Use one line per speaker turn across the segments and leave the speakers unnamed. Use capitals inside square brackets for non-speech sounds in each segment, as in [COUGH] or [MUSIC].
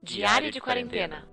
Diário de quarentena.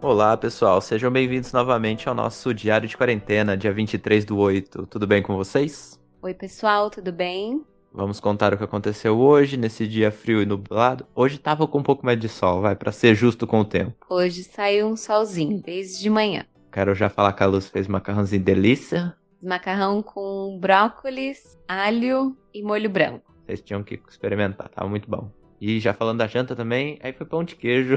Olá, pessoal. Sejam bem-vindos novamente ao nosso Diário de Quarentena, dia 23 do 8. Tudo bem com vocês?
Oi, pessoal, tudo bem?
Vamos contar o que aconteceu hoje, nesse dia frio e nublado. Hoje tava com um pouco mais de sol, vai, pra ser justo com o tempo.
Hoje saiu um solzinho, desde de manhã.
Quero já falar que a Luz fez macarrãozinho delícia.
Macarrão com brócolis, alho e
[LAUGHS]
molho branco.
Vocês tinham que experimentar, tava muito bom. E já falando da janta também, aí foi pão de
[LAUGHS]
queijo.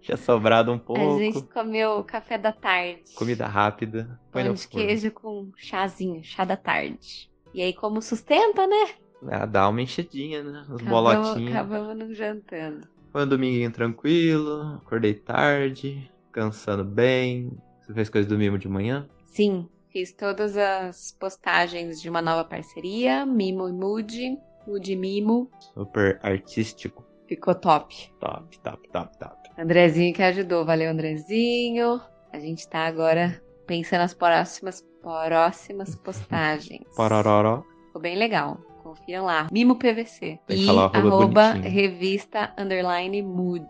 Tinha sobrado um pouco.
A gente comeu café da tarde.
Comida rápida. Foi
Pão
no
de
forno.
queijo com chazinho, chá da tarde. E aí, como sustenta, né?
Ah, dá uma enchidinha, né? Os
Acabamos,
bolotinhos.
acabamos não jantando.
Foi um dominguinho tranquilo, acordei tarde, cansando bem. Você fez coisa do mimo de manhã?
Sim, fiz todas as postagens de uma nova parceria, Mimo e Mood, Mood e Mimo.
Super artístico.
Ficou top.
Top, top, top, top.
Andrezinho que ajudou. Valeu, Andrezinho. A gente tá agora pensando nas próximas, próximas postagens.
Porororó.
Ficou bem legal. Confiram lá. Mimo PVC.
Tem que
e
falar o arroba bonitinho.
revista underline mood.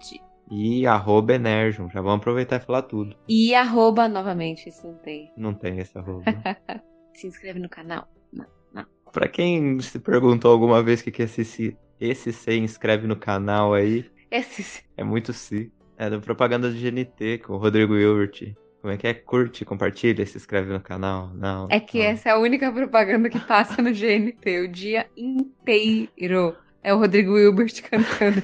E arroba Energium. Já vamos aproveitar e falar tudo.
E arroba novamente, isso não tem.
Não tem esse arroba. né?
[LAUGHS] Se inscreve no canal.
pra quem se perguntou alguma vez o que, que esse, se- esse se inscreve no canal aí,
Esse
É muito si. É da propaganda do GNT com o Rodrigo Hilbert. Como é que é? Curte, compartilha, se inscreve no canal. Não.
é que
não.
essa é a única propaganda que passa no GNT o dia inteiro. É o Rodrigo Hilbert cantando.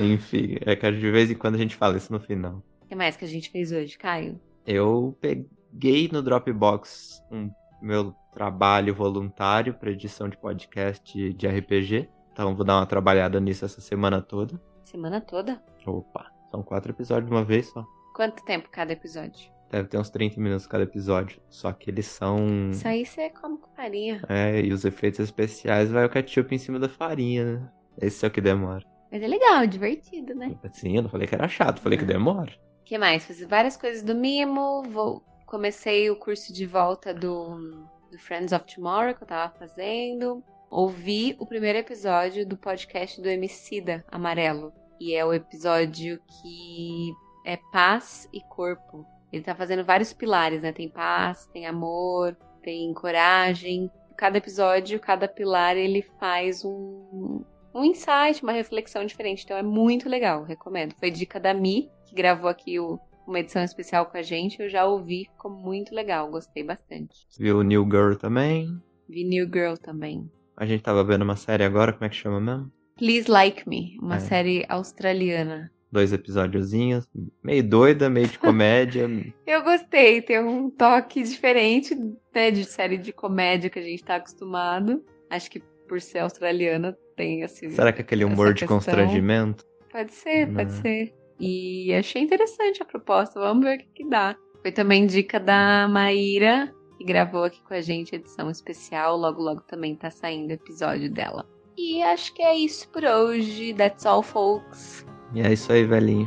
Enfim, é que de vez em quando a gente fala isso no final.
O que mais que a gente fez hoje, Caio?
Eu peguei no Dropbox um meu trabalho voluntário para edição de podcast de RPG. Então vou dar uma trabalhada nisso essa semana toda.
Semana toda?
Opa, são quatro episódios de uma vez só.
Quanto tempo cada episódio?
Deve ter uns 30 minutos cada episódio. Só que eles são.
Isso aí você come com farinha.
É, e os efeitos especiais vai o ketchup em cima da farinha, né? Esse é o que demora.
Mas é legal, é divertido, né?
Sim, eu não falei que era chato, falei que demora.
O que mais? Fiz várias coisas do Mimo. Vou... Comecei o curso de volta do, do Friends of Tomorrow que eu tava fazendo. Ouvi o primeiro episódio do podcast do Emicida Amarelo. E é o episódio que é paz e corpo. Ele tá fazendo vários pilares, né? Tem paz, tem amor, tem coragem. Cada episódio, cada pilar, ele faz um, um insight, uma reflexão diferente. Então é muito legal, recomendo. Foi dica da Mi, que gravou aqui o- uma edição especial com a gente. Eu já ouvi, ficou muito legal, gostei bastante.
Viu o New Girl também.
Vi New Girl também.
A gente tava vendo uma série agora, como é que chama mesmo?
Please Like Me, uma
É.
série australiana.
Dois episódiozinhos, meio doida, meio de comédia.
[LAUGHS] Eu gostei, tem um toque diferente né, de série de comédia que a gente tá acostumado. Acho que por ser australiana tem assim.
Será que é aquele
Essa
humor de
questão-
constrangimento?
Pode ser, pode
Né?
ser. E achei interessante a proposta, vamos ver o que, que dá. Foi também dica da Maíra, que gravou aqui com a gente a edição especial. Logo, logo também tá saindo o episódio dela. E acho que é isso por hoje. That's all, folks.
E é isso aí, velhinho.